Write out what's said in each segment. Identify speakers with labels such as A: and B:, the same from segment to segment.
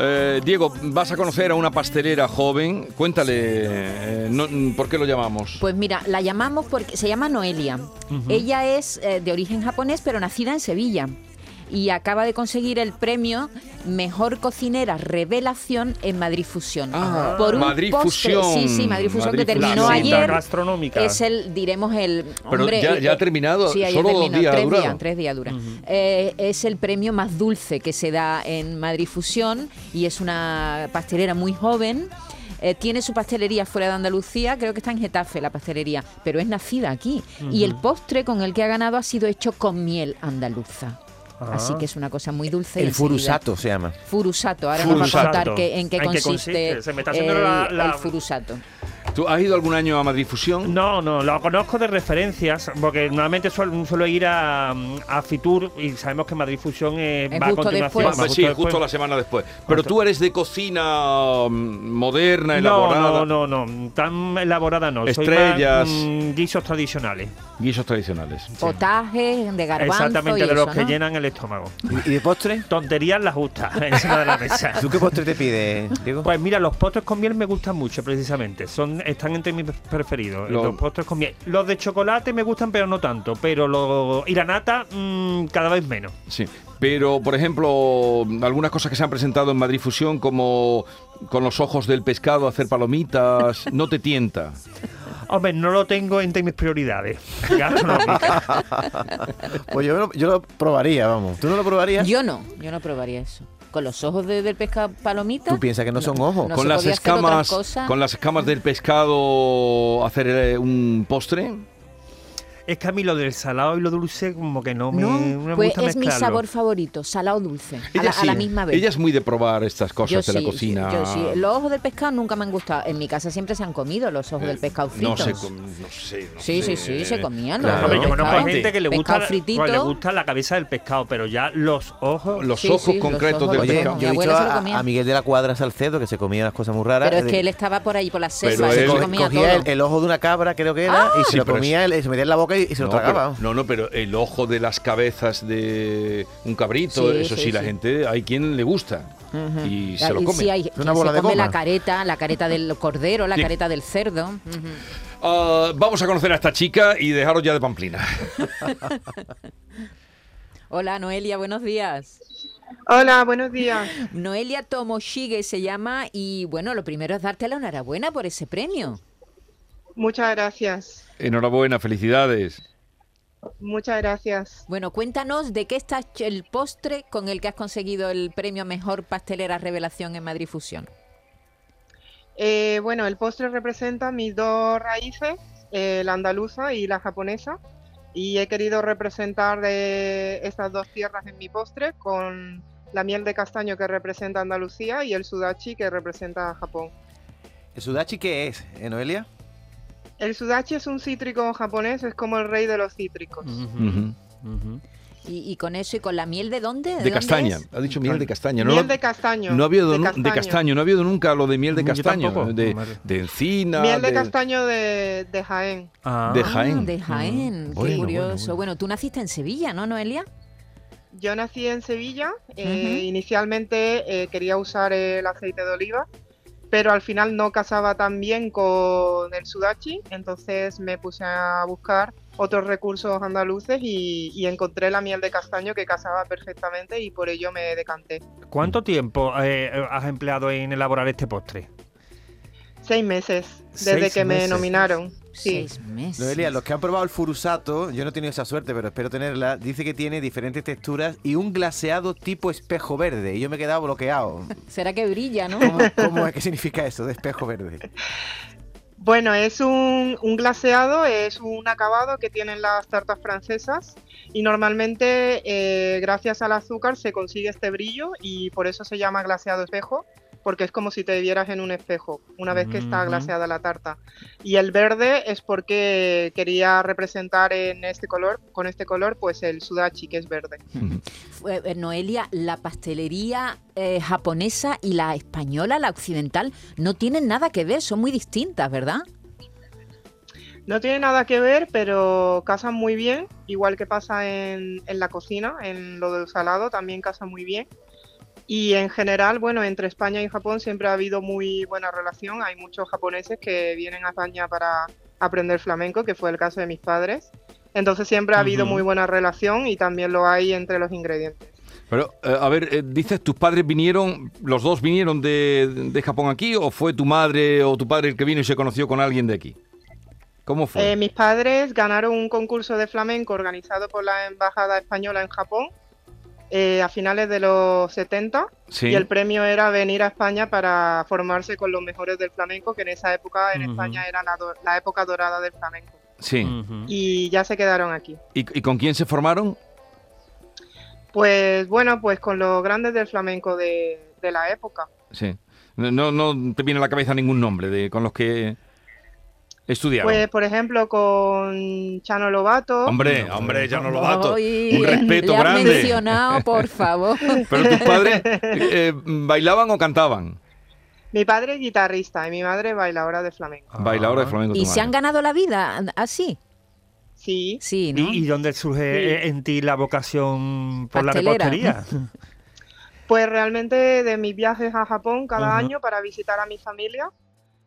A: Eh, Diego, vas a conocer a una pastelera joven. Cuéntale, eh, no- ¿por qué lo llamamos?
B: Pues mira, la llamamos porque se llama Noelia. Ella es eh, de origen japonés, pero nacida en Sevilla. Y acaba de conseguir el premio Mejor Cocinera Revelación en Madrid Fusión.
A: Ah, Madrid
B: postre-
A: Fusión.
B: Sí, sí, Madrid Fusión
A: Madrid
B: que
A: Fusión.
B: terminó
A: La cita
B: ayer.
C: gastronómica.
B: Es el, diremos, el.
A: Pero
B: hombre,
A: ya-
B: eh,
A: ya ha
B: eh,
A: terminado,
B: Sí, ayer
A: solo dos
B: terminó,
A: días ha
B: tres
A: durado.
B: días, tres días dura. Eh, es el premio más dulce que se da en Madrid Fusión y es una pastelera muy joven. Eh, tiene su pastelería fuera de Andalucía, creo que está en Getafe la pastelería, pero es nacida aquí. Y el postre con el que ha ganado ha sido hecho con miel andaluza.
C: Ah.
B: Así que es una cosa muy dulce. y
D: El
B: enseguida-
D: furusato se llama.
B: Furusato, ahora nos va a
C: Furusato.
B: contar que- en qué
C: ¿En qué
B: consiste,
C: consiste? Se me está
B: el,
C: haciendo la- la-
B: el furusato.
A: ¿Tú has ido algún año a Madrid Fusión?
C: No, no, lo conozco de referencias, porque normalmente suelo, suelo ir a, a Fitur y sabemos que Madrid Fusión eh,
B: Es
C: va a
B: justo
C: continuación.
B: después.
A: Va-
C: va
B: Pues,
A: sí, justo la semana después. Pero tú eres de cocina mm, moderna,
C: no,
A: elaborada,
C: no, no, no, tan elaborada no. Soy más,
A: Estrellas.
C: mm, guisos tradicionales.
A: guisos tradicionales.
B: Potaje de garbanzo
C: Exactamente,
B: y
C: de los
B: eso,
C: que
B: ¿no?
C: llenan el estómago.
D: ¿Y, y de postre?
C: Tonterías las justas encima de la mesa.
D: ¿Tú qué postre te pides, Diego?
C: Pues mira, los postres con miel me gustan mucho, precisamente. Son, están entre mis preferidos. eh,
A: Lo-
C: Los postres con miel. Los de chocolate me gustan, pero no tanto. Pero los y la nata mm, cada vez menos.
A: Sí, pero por ejemplo, algunas cosas que se han presentado en Madrid Fusión, como con los ojos del pescado hacer palomitas, no te tienta.
C: Hombre, no lo tengo entre mis prioridades. gastronómicas.
D: Pues yo lo, yo lo probaría, vamos. ¿Tú no lo probarías?
B: Yo no, yo no probaría eso. Con los ojos de- del pescado palomita.
D: ¿Tú piensas que no son ojos?
B: no
A: con
B: se
A: las
B: podía hacer otra
A: escamas,
B: cosa.
A: con las escamas del pescado hacer eh, un postre.
C: es que a mí lo del salado y lo dulce como que no me,
B: No,
C: no me
B: pues
C: gusta
B: es mi
C: mezclarlo.
B: sabor favorito, salado dulce. A la-
A: Ella
B: a, la,
A: sí,
B: misma vez.
A: Ella es muy de probar estas cosas
B: yo
A: de la
B: sí,
A: cocina.
B: Yo sí. Los ojos del pescado nunca me han gustado. En mi casa siempre se han comido los ojos del pescado frito.
A: Eh, no sé, com- no sé, no
B: Sí,
A: sé.
B: sí, sí, se comían.
D: Claro.
B: los
C: Hombre,
B: ojos
C: yo
B: del
C: conozco a
B: pescado.
C: gente que le gusta,
B: Pescado fritito.
C: pues, le gusta la cabeza del pescado, pero ya los ojos.
A: Los
B: Sí,
A: ojos
B: sí, los
A: concretos
B: ojos
A: del
B: del
D: Oye,
A: pescado.
B: Mi
D: yo he
B: abuela
D: visto
B: se lo
D: a,
B: comía.
D: a Miguel de la Cuadra Salcedo que se comía las cosas muy raras.
B: Pero es que él estaba por ahí, por las
A: Pero
B: selvas,
A: él
B: se
D: co-
B: comía
D: cogía
B: todo. Ah.
D: el, el ojo de una cabra, creo que era, y se
A: Sí,
D: lo
A: pero
D: comía, él- se metía en la boca y, y se lo
A: no, pero-
D: tragaba.
A: no, no, pero el ojo de las cabezas de un cabrito,
B: Sí,
A: eso sí,
B: sí,
A: la
B: sí.
A: gente, hay quien le gusta y se lo
B: Y
A: come.
B: sí, hay
D: una
B: quien se
D: bola de
B: come la
D: goma.
B: careta, la careta del cordero, la
A: Sí.
B: careta del cerdo. Ujú.
A: Ah, vamos a conocer a esta chica y dejaros ya de pamplina.
B: Hola, Noelia, buenos días.
E: Hola, buenos días.
B: Noelia Tomoshige se llama y bueno, lo primero es darte la enhorabuena por ese premio.
E: Muchas gracias.
A: Enhorabuena, felicidades.
E: Muchas gracias.
B: Bueno, cuéntanos de qué está hecho el postre con el que has conseguido el premio a Mejor Pastelera Revelación en Madrid Fusión.
E: Eh, bueno, el postre representa mis dos raíces, eh, la andaluza y la japonesa, y he querido representar eh, estas dos tierras en mi postre con la miel de castaño que representa Andalucía y el sudachi que representa Japón.
D: ¿El sudachi qué es, eh, Noelia?
E: El sudachi es un cítrico japonés, es como el rey de los cítricos.
A: Mm, Ujú.
B: Y, y con eso y con la miel de dónde?
A: De,
B: dónde
A: castaña,
B: es?
A: ha dicho miel de castaña. No,
E: Miel
A: lo-
E: de castaño.
A: no ha habido
E: de
A: nu- de castaño, no ha habido nunca lo de miel de
C: Yo
A: castaño,
C: tampoco.
A: de,
C: Madre.
A: de encina,
E: Miel de castaño de, de Jaén.
C: Ah.
A: de
B: Ah,
A: Jaén. Mm.
B: de Jaén, qué
A: Bueno, bueno,
B: curioso.
A: bueno.
B: Bueno, tú naciste en Sevilla, ¿no, Noelia?
E: Yo nací en Sevilla, eh,
B: Ujú.
E: inicialmente eh, quería usar el aceite de oliva, pero al final no casaba tan bien con el sudachi, entonces me puse a buscar otros recursos andaluces y, y encontré la miel de castaño que casaba perfectamente y por ello me decanté.
C: ¿Cuánto tiempo eh, has empleado en elaborar este postre?
E: Seis meses desde
C: Seis
E: que me
C: meses.
E: nominaron. Sí.
B: Seis meses.
D: Noelia, los que han probado el furusato, yo no he tenido esa suerte, pero espero tenerla, dice que tiene diferentes texturas y un glaseado tipo espejo verde. Y yo me he quedado bloqueado.
B: Será que brilla, ¿no?
D: ¿Cómo, cómo es? ¿Qué significa eso de espejo verde?
E: Bueno, es un, un glaseado, es un acabado que tienen las tartas francesas y normalmente eh, gracias al azúcar se consigue este brillo y por eso se llama glaseado espejo, porque es como si te vieras en un espejo una vez que está
C: Ujú.
E: glaseada la tarta. Y el verde es porque quería representar en este color, con este color, pues el sudachi que es verde.
B: Fue- eh, Noelia, la pastelería eh, japonesa y la española, la occidental, no tienen nada que ver, son muy distintas, ¿verdad?
E: No tiene nada que ver, pero casan muy bien, igual que pasa en, en la cocina, en lo del salado también casa muy bien. Y en general, bueno, entre España y Japón siempre ha habido muy buena relación. Hay muchos japoneses que vienen a España para aprender flamenco, que fue el caso de mis padres. Entonces siempre ha habido
C: Ujú.
E: muy buena relación y también lo hay entre los ingredientes.
A: Pero, eh, a ver, eh, dices, ¿tus padres vinieron, los dos vinieron de, de Japón aquí o fue tu madre o tu padre el que vino y se conoció con alguien de aquí? ¿Cómo fue?
E: Eh, mis padres ganaron un concurso de flamenco organizado por la Embajada Española en Japón eh, a finales de los 70
A: sí.
E: y el premio era venir a España para formarse con los mejores del flamenco, que en esa época en
C: Ujú.
E: España era la, do- la época dorada del flamenco.
A: sí.
E: Mm.
C: Ujú.
E: Y ya se quedaron aquí.
A: ¿Y, y con quién se formaron?
E: Pues bueno, pues con los grandes del flamenco de, de la época.
A: Sí. No, no te viene a la cabeza ningún nombre de con los que estudiaron.
E: Pues por ejemplo con Chano Lobato.
A: hombre, hombre, ya no lo bato.
B: Ay,
A: Un respeto
B: le has
A: grande.
B: mencionado, por favor.
A: Pero tus padres eh, eh, bailaban o cantaban.
E: Mi padre es guitarrista y mi madre bailadora de flamenco.
A: Bailadora de flamenco. tu
B: ¿Y se
A: madre.
B: han ganado la vida así?
E: Sí.
B: Sí, ¿no?
C: ¿Y, y dónde surge eh, en ti la vocación por
B: Pastelera.
C: la repostería?
E: Pues realmente de mis viajes a Japón cada
C: Ujú.
E: año para visitar a mi familia.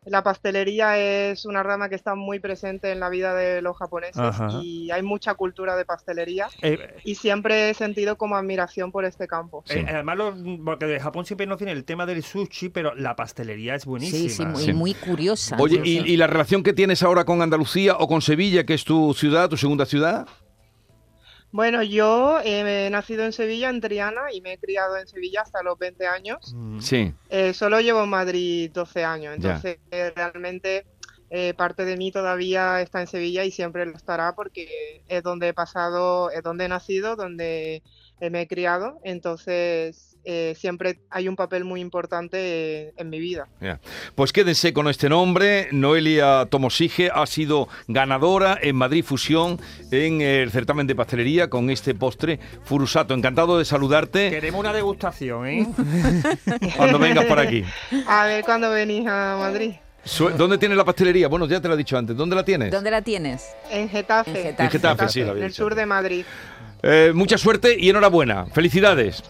E: La pastelería es una rama que está muy presente en la vida de los japoneses
C: Ajá.
E: y hay mucha cultura de pastelería
C: Eh,
E: y siempre he sentido como admiración por este campo.
A: Sí.
C: eh, además, lo- porque de Japón siempre nos viene el tema del sushi, pero la pastelería es
B: Sí,
C: buenísima.
B: sí, muy,
A: Sí.
B: muy curiosa.
A: Oye, ¿y, y la relación que tienes ahora con Andalucía o con Sevilla, que es tu ciudad, tu segunda ciudad?
E: Bueno, yo eh, he nacido en Sevilla, en Triana, y me he criado en Sevilla hasta los 20 años.
C: Mm.
A: Sí.
E: Eh, solo llevo en Madrid 12 años,
A: Ya.
E: entonces eh, realmente eh, parte de mí todavía está en Sevilla y siempre lo estará porque es donde he pasado, es donde he nacido, donde eh, me he criado, entonces eh, siempre hay un papel muy importante eh, en mi vida.
A: Pues quédense con este nombre. Noelia Tomosige ha sido ganadora en Madrid Fusión en el certamen de pastelería con este postre Furusato. Encantado de saludarte
C: Queremos una degustación, ¿eh?
A: cuando vengas por aquí.
E: A ver cuándo venís a Madrid.
A: Su- ¿Dónde tienes la pastelería? Bueno, ya te lo he dicho antes. ¿Dónde la tienes?
B: ¿Dónde la tienes?
E: En Getafe,
B: En Getafe,
A: Getafe, sí, lo había
E: en el
A: dicho.
E: sur de Madrid.
A: Eh, mucha suerte y enhorabuena. Felicidades.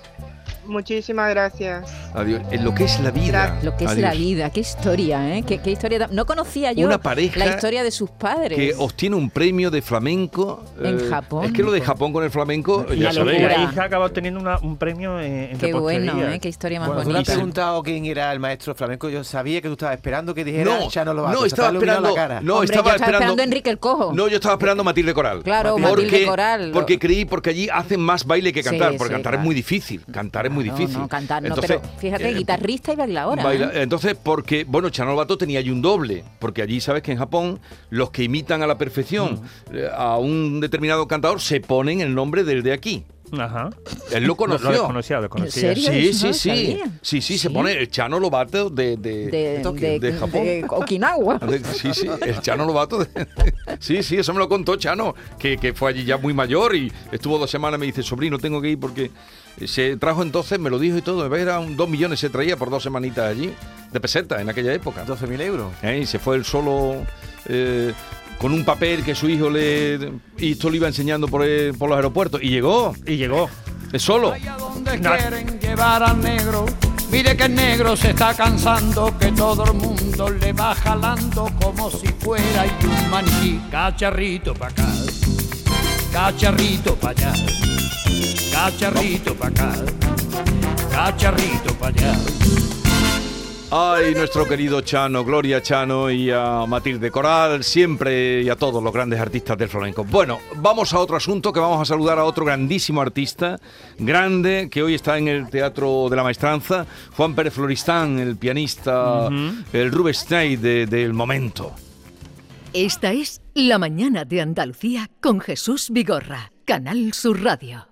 E: Muchísimas gracias.
A: Adiós. En lo que es la vida.
B: Lo que es
A: Adiós.
B: la vida, qué historia, ¿eh? Qué, qué historia. tan- No conocía yo
A: Una pareja
B: la historia de sus padres.
A: Que obtiene un premio de flamenco. eh,
B: En Japón.
A: Es que lo de Japón con el flamenco,
C: Y
A: ya
C: la locura,
A: sabéis.
B: locura.
C: hija acaba obteniendo una- un premio en, en
B: qué
C: repostería.
B: bueno, ¿eh? Qué historia más
D: Cuando tú le has
B: bonita.
D: preguntado quién era el maestro flamenco, yo sabía que tú estabas esperando que dijera
A: No,
D: Chano
A: no,
D: Lobato. se te ha
A: estaba
D: iluminado
A: esperando.
D: La cara.
A: No,
B: Hombre,
A: estaba
B: yo estaba esperando
A: esperando
B: a Enrique el Cojo.
A: No, yo estaba esperando Matilde Coral.
B: Claro,
A: porque,
B: Matilde Coral, lo-
A: Porque creí, porque allí hacen más baile que
B: Sí,
A: cantar. porque
B: sí,
A: cantar es
B: claro.
A: muy difícil. Cantar es muy
B: No,
A: difícil.
B: No, cantar no,
A: Entonces,
B: pero fíjate,
A: eh,
B: guitarrista y bailadora.
A: baila-
B: ¿eh?
A: Entonces, porque, bueno, Chanol Bato tenía allí un doble, porque allí sabes que en Japón los que imitan a la perfección
B: Mm.
A: eh, a un determinado cantador se ponen el nombre del de aquí.
C: Ajá.
A: Él lo
C: Lo,
A: conoció.
C: lo desconocía, lo desconocía.
B: serio?
A: Sí,
B: Yo
A: sí,
B: no
A: sí.
B: sabía.
A: Sí, sí, se
B: Sí.
A: pone el Chano Lobato de, de,
B: De,
A: Tokio,
B: de-
A: de Japón.
B: de Okinawa.
A: De- Sí, sí, el Chano Lobato. de- sí, sí, eso me lo contó Chano, que, que fue allí ya muy mayor y estuvo dos semanas. Me dice, sobrino, tengo que ir porque se trajo entonces, me lo dijo y todo. Era un dos millones se traía por dos semanitas allí, de peseta en aquella época.
D: 12.000 euros.
A: ¿Eh? Y se fue él solo eh, con un papel que su hijo le. Y esto lo iba enseñando por, el- por los aeropuertos. Y llegó,
C: Y llegó.
A: eh, solo.
F: Vaya donde
C: Na-
F: quieren llevar al negro. Mire que el negro se está cansando, que todo el mundo le va jalando como si fuera y un manchí. Cacharrito pa' acá, cacharrito pa' allá, cacharrito pa' acá, cacharrito pa' allá.
A: Ay, nuestro querido Chano, Gloria Chano y a Matilde Coral, siempre y a todos los grandes artistas del flamenco. Bueno, vamos a otro asunto que vamos a saludar a otro grandísimo artista, grande, que hoy está en el Teatro de la Maestranza, Juan Pérez Floristán, el pianista, el Rubinstein de- del momento.
G: Esta es La Mañana de Andalucía con Jesús Vigorra, Canal Sur Radio.